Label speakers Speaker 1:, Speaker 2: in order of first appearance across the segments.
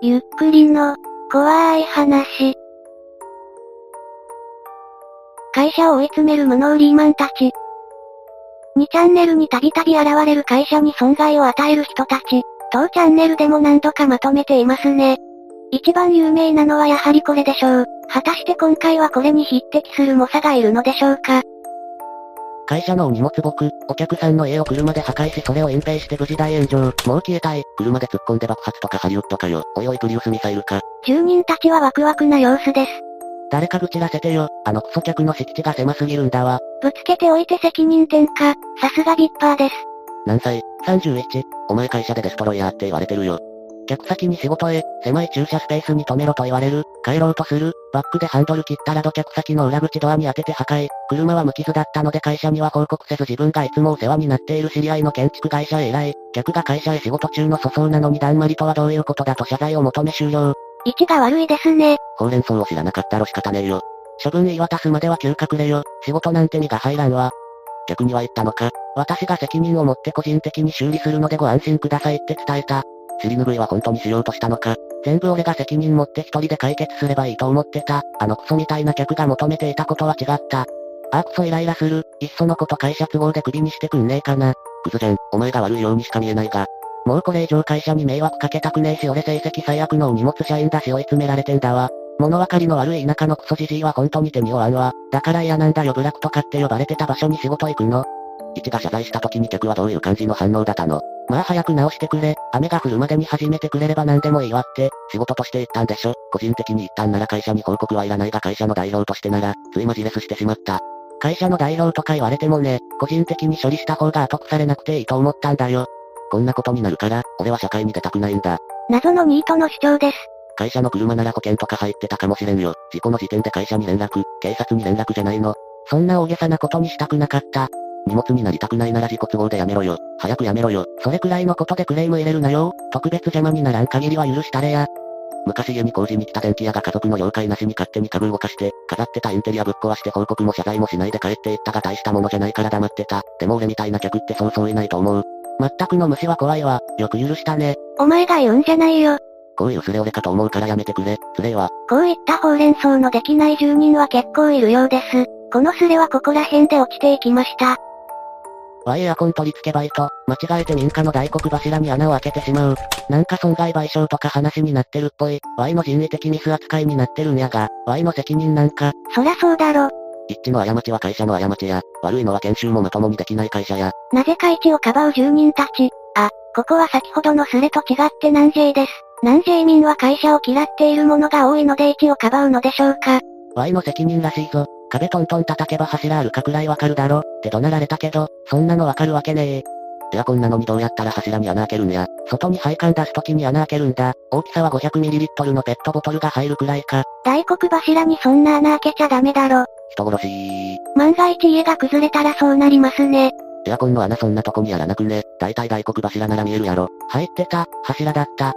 Speaker 1: ゆっくりの、怖い話。会社を追い詰める無能リーマンたち。2チャンネルにたびたび現れる会社に損害を与える人たち。当チャンネルでも何度かまとめていますね。一番有名なのはやはりこれでしょう。果たして今回はこれに匹敵する猛者がいるのでしょうか。
Speaker 2: 会社のお荷物僕、お客さんの家を車で破壊しそれを隠蔽して無事大炎上、もう消えたい、車で突っ込んで爆発とかハリウッドかよ、おいおいプリウスミサイルか、
Speaker 1: 住人たちはワクワクな様子です。
Speaker 2: 誰か愚痴らせてよ、あのクソ客の敷地が狭すぎるんだわ、
Speaker 1: ぶつけておいて責任転嫁。さすがビッパーです。
Speaker 2: 何歳 ?31。お前会社でデストロイヤーって言われてるよ。客先に仕事へ、狭い駐車スペースに止めろと言われる、帰ろうとする、バックでハンドル切ったらど客先の裏口ドアに当てて破壊、車は無傷だったので会社には報告せず自分がいつもお世話になっている知り合いの建築会社へ依頼、客が会社へ仕事中の粗相なのにだんまりとはどういうことだと謝罪を求め終了、
Speaker 1: 位置が悪いですね。
Speaker 2: ほうれん草を知らなかったら仕方ねえよ。処分言い渡すまでは嗅覚れよ。仕事なんて身が入らんわ。逆には言ったのか。私が責任を持って個人的に修理するのでご安心くださいって伝えた。尻拭いは本当にしようとしたのか。全部俺が責任持って一人で解決すればいいと思ってた。あのクソみたいな客が求めていたことは違った。あークソイライラする。いっそのこと会社都合でクビにしてくんねえかな。クズじゃん。お前が悪いようにしか見えないが。もうこれ以上会社に迷惑かけたくねえし俺成績最悪のお荷物社員だし追い詰められてんだわ。物分かりの悪い田舎のクソじじいは本当に手に負わんわ。だから嫌なんだよブラックとかって呼ばれてた場所に仕事行くの。一が謝罪した時に客はどういう感じの反応だったのまあ早く直してくれ、雨が降るまでに始めてくれれば何でもいいわって、仕事として言ったんでしょ。個人的に言ったんなら会社に報告はいらないが会社の代表としてなら、ついマジレスしてしまった。会社の代表とか言われてもね、個人的に処理した方が後腐れなくていいと思ったんだよ。こんなことになるから、俺は社会に出たくないんだ。
Speaker 1: 謎のニートの主張です。
Speaker 2: 会社の車なら保険とか入ってたかもしれんよ。事故の時点で会社に連絡、警察に連絡じゃないの。そんな大げさなことにしたくなかった。荷物になりたくないなら自己都合でやめろよ。早くやめろよ。それくらいのことでクレーム入れるなよ。特別邪魔にならん限りは許したれや。昔家に工事に来た電気屋が家族の了解なしに勝手に家具動かして、飾ってたインテリアぶっ壊して報告も謝罪もしないで帰っていったが大したものじゃないから黙ってた。でも俺みたいな客ってそうそういないと思う。全くの虫は怖いわ。よく許したね。
Speaker 1: お前が言うんじゃないよ。
Speaker 2: こういうすれ俺かと思うからやめてくれ。つれえわ。
Speaker 1: こういったほうれん草のできない住人は結構いるようです。このスレはここら辺で落ちていきました。
Speaker 2: ワイエアコン取り付けバイト、間違えて民家の大黒柱に穴を開けてしまう。なんか損害賠償とか話になってるっぽい。Y の人為的ミス扱いになってるんやが、Y の責任なんか。
Speaker 1: そらそうだろ。
Speaker 2: 一致の過ちは会社の過ちや、悪いのは研修もまともにできない会社や。
Speaker 1: なぜか位置をかばう住人たち。あ、ここは先ほどのスレと違って南税です。南税民は会社を嫌っている者が多いので位置をかばうのでしょうか。
Speaker 2: Y の責任らしいぞ。壁トントン叩けば柱あるかくらいわかるだろ、って怒鳴られたけど、そんなのわかるわけねえ。エアコンなのにどうやったら柱に穴開けるんや。外に配管出すときに穴開けるんだ。大きさは 500ml のペットボトルが入るくらいか。
Speaker 1: 大黒柱にそんな穴開けちゃダメだろ。
Speaker 2: 人殺しー。
Speaker 1: 万が一家が崩れたらそうなりますね。
Speaker 2: エアコンの穴そんなとこにやらなくね。だいたい大黒柱なら見えるやろ。入ってた、柱だった。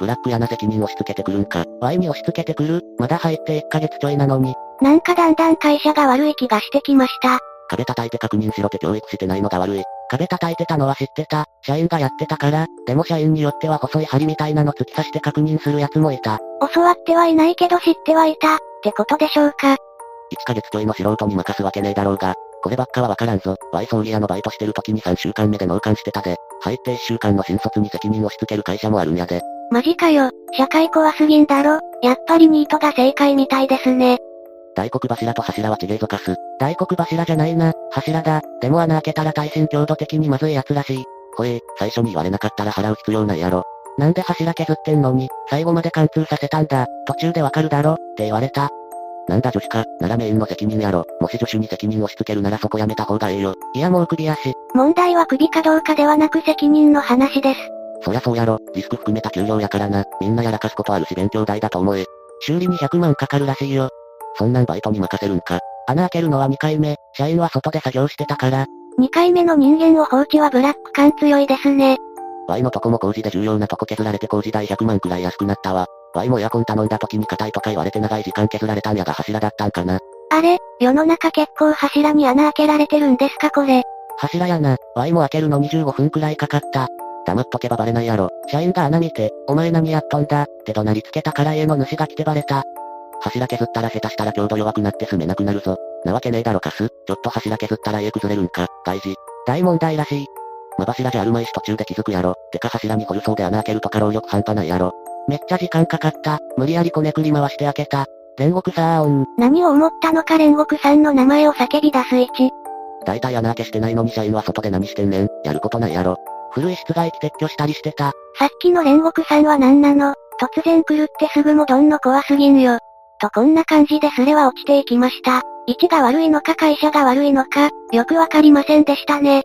Speaker 2: ブラックやな責任押し付けてくるんか。Y に押し付けてくる。まだ入って1ヶ月ちょいなのに。
Speaker 1: なんかだんだん会社が悪い気がしてきました。
Speaker 2: 壁叩いて確認しろって教育してないのが悪い。壁叩いてたのは知ってた。社員がやってたから。でも社員によっては細い針みたいなの突き刺して確認するやつもいた。
Speaker 1: 教わってはいないけど知ってはいた、ってことでしょうか。
Speaker 2: 1ヶ月ちょいの素人に任すわけねえだろうが、こればっかはわからんぞ。ワイソーギアのバイトしてる時に3週間目で納棺してたで、入って1週間の新卒に責任を押し付ける会社もあるんやで。
Speaker 1: マジかよ、社会怖すぎんだろ。やっぱりニートが正解みたいですね。
Speaker 2: 大黒柱と柱は違えぞかす。大黒柱じゃないな、柱だ。でも穴開けたら耐震強度的にまずいやつらしい。ほえ、最初に言われなかったら払う必要ないやろ。なんで柱削ってんのに、最後まで貫通させたんだ。途中でわかるだろ、って言われた。なんだ女子か、ならメインの責任やろ。もし女子に責任押し付けるならそこやめた方がええよ。いやもうクビやし。
Speaker 1: 問題は首かどうかではなく責任の話です。
Speaker 2: そりゃそうやろ、リスク含めた給料やからな、みんなやらかすことあるし勉強代だと思え。修理に100万かかるらしいよ。そんなんバイトに任せるんか。穴開けるのは2回目、社員は外で作業してたから、
Speaker 1: 2回目の人間を放置はブラック感強いですね。
Speaker 2: Y のとこも工事で重要なとこ削られて工事代100万くらい安くなったわ。Y もエアコン頼んだ時に硬いとか言われて長い時間削られたんやが柱だったんかな。
Speaker 1: あれ、世の中結構柱に穴開けられてるんですかこれ。
Speaker 2: 柱やな、Y も開けるの25分くらいかかった。黙っとけばバレないやろ。社員が穴見て、お前何やっとんだ、って怒鳴りつけたから家の主が来てバレた。柱削ったら下手したら強度弱くなって住めなくなるぞ。なわけねえだろカス。ちょっと柱削ったら家崩れるんか、大事。大問題らしい。ま柱じゃあるまいし途中で気づくやろ。てか柱に掘るそうで穴開けるとか労力半端ないやろ。めっちゃ時間かかった。無理やりこねくり回して開けた。煉獄さーオン。
Speaker 1: 何を思ったのか煉獄さんの名前を叫び出す位置。
Speaker 2: 大体穴開けしてないのに社員は外で何してんねん。やることないやろ。古い室外機撤去したりしてた。
Speaker 1: さっきの煉獄さんは何なの突然来るってすぐもどんの怖すぎんよ。とこんな感じですれは落ちていきました。位置が悪いのか会社が悪いのか、よくわかりませんでしたね。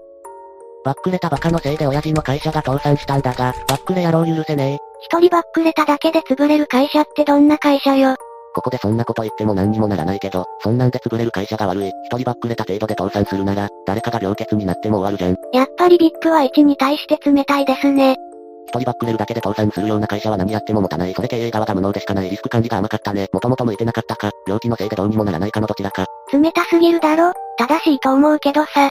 Speaker 2: バックレたバカのせいで親父の会社が倒産したんだが、バックレ野郎許せねえ。
Speaker 1: 一人バックレただけで潰れる会社ってどんな会社よ。
Speaker 2: ここでそんなこと言っても何にもならないけど、そんなんで潰れる会社が悪い。一人バックレた程度で倒産するなら、誰かが病欠になっても終わるじゃん。
Speaker 1: やっぱり VIP は1に対して冷たいですね。
Speaker 2: 一人バックレるだけで倒産するような会社は何やっても持たない。それ経営側が無能でしかない。リスク管理が甘かったね。もともと向いてなかったか、病気のせいでどうにもならないかのどちらか。
Speaker 1: 冷たすぎるだろ正しいと思うけどさ。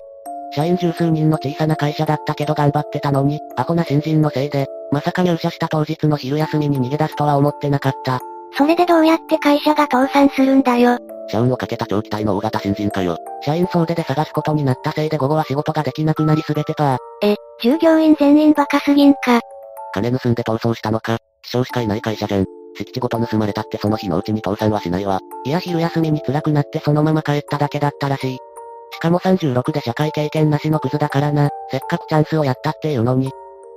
Speaker 2: 社員十数人の小さな会社だったけど頑張ってたのに、アホな新人のせいで、まさか入社した当日の昼休みに逃げ出すとは思ってなかった。
Speaker 1: それでどうやって会社が倒産するんだよ。
Speaker 2: 社運をかけた長期体の大型新人かよ。社員総出で探すことになったせいで午後は仕事ができなくなりすべてパー。
Speaker 1: 従業員全員バカすぎんか。
Speaker 2: 金盗んで逃走したのか、死傷しかいない会社じゃん。敷地ごと盗まれたってその日のうちに倒産はしないわ。いや昼休みに辛くなってそのまま帰っただけだったらしい。しかも36で社会経験なしのクズだからな、せっかくチャンスをやったっていうのに。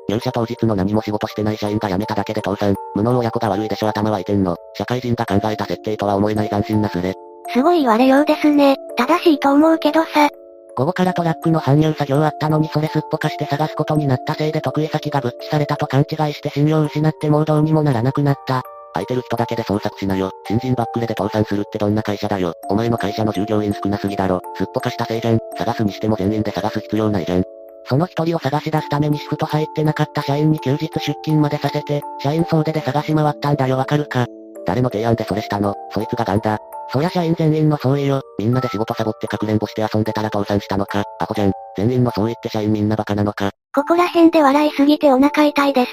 Speaker 2: 入社当日の何も仕事してない社員が辞めただけで倒産。無能親子が悪いでしょ頭はいてんの。社会人が考えた設定とは思えない斬新なスレ。
Speaker 1: すごい言われようですね。正しいと思うけどさ。
Speaker 2: 午後からトラックの搬入作業あったのにそれすっぽかして探すことになったせいで得意先がぶっちされたと勘違いして信用を失ってもうどうにもならなくなった。空いてる人だけで捜索しなよ。新人バックレで倒産するってどんな会社だよ。お前の会社の従業員少なすぎだろ。すっぽかしたせいじゃん。探すにしても全員で探す必要ないじゃん。その一人を探し出すためにシフト入ってなかった社員に休日出勤までさせて、社員総出で探し回ったんだよわかるか。誰の提案でそれしたのそいつがガンだ。そりゃ社員全員の総意よ。みんなで仕事サボってかくれんぼして遊んでたら倒産したのか。アホじゃん。全員の総意って社員みんなバカなのか。
Speaker 1: ここら辺で笑いすぎてお腹痛いです。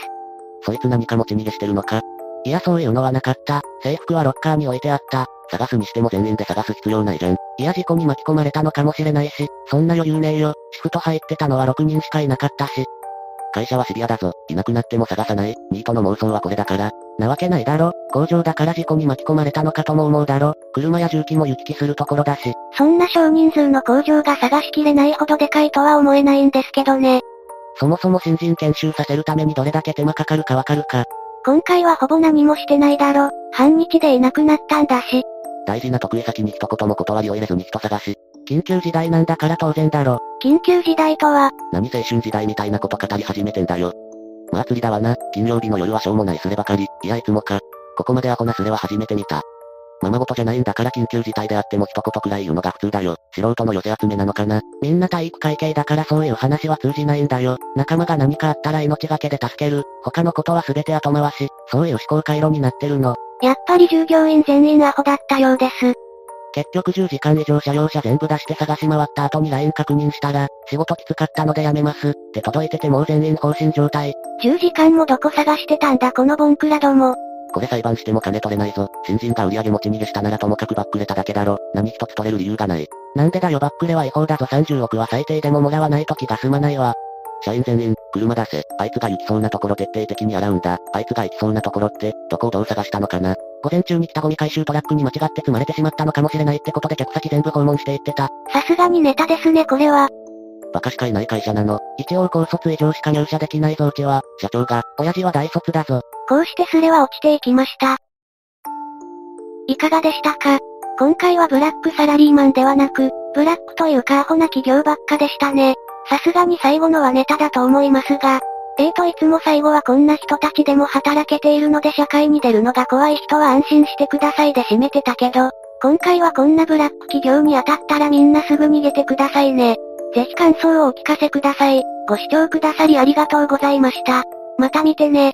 Speaker 2: そいつ何か持ち逃げしてるのか。いやそういうのはなかった。制服はロッカーに置いてあった。探すにしても全員で探す必要ないじゃん。いや事故に巻き込まれたのかもしれないし、そんな余裕ねえよ。シフト入ってたのは6人しかいなかったし。会社はシビアだぞ。いなくなっても探さない。ニートの妄想はこれだから。なわけないだろ。工場だから事故に巻き込まれたのかとも思うだろ。車や重機も行き来するところだし。
Speaker 1: そんな少人数の工場が探しきれないほどでかいとは思えないんですけどね。
Speaker 2: そもそも新人研修させるためにどれだけ手間かかるかわかるか。
Speaker 1: 今回はほぼ何もしてないだろ。半日でいなくなったんだし。
Speaker 2: 大事な得意先に一言も断りを入れずに人探し。緊急時代なんだから当然だろ。
Speaker 1: 緊急事態とは、
Speaker 2: 何青春時代みたいなこと語り始めてんだよ。まあ釣りだわな、金曜日の夜はしょうもないスレばかり、いやいつもか。ここまでアホなスレは初めて見た。ままごとじゃないんだから緊急事態であっても一言くらい言うのが普通だよ。素人の寄せ集めなのかな。みんな体育会系だからそういう話は通じないんだよ。仲間が何かあったら命がけで助ける。他のことは全て後回し。そういう思考回路になってるの。
Speaker 1: やっぱり従業員全員アホだったようです。
Speaker 2: 結局10時間以上車用車全部出して探し回った後に LINE 確認したら、仕事きつかったので辞めます。って届いててもう全員放心状態。
Speaker 1: 10時間もどこ探してたんだこのボンクラども。
Speaker 2: これ裁判しても金取れないぞ。新人が売り上げ持ち逃げしたならともかくバックレただけだろ。何一つ取れる理由がない。なんでだよバックレは違法だぞ30億は最低でももらわないと気が済まないわ。社員全員、車出せ。あいつが行きそうなところ徹底的に洗うんだ。あいつが行きそうなところって、どこをどう探したのかな。午前中に来たゴミ回収トラックに間違って積まれてしまったのかもしれないってことで客先全部訪問していってた。
Speaker 1: さすがにネタですねこれは。
Speaker 2: バカしかいない会社なの。一応高卒以上しか入社できないぞうちは、社長が、親父は大卒だぞ。
Speaker 1: こうしてスレは落ちていきました。いかがでしたか今回はブラックサラリーマンではなく、ブラックというかアホな企業ばっかでしたね。さすがに最後のはネタだと思いますが。えーといつも最後はこんな人たちでも働けているので社会に出るのが怖い人は安心してくださいで締めてたけど、今回はこんなブラック企業に当たったらみんなすぐ逃げてくださいね。ぜひ感想をお聞かせください。ご視聴くださりありがとうございました。また見てね。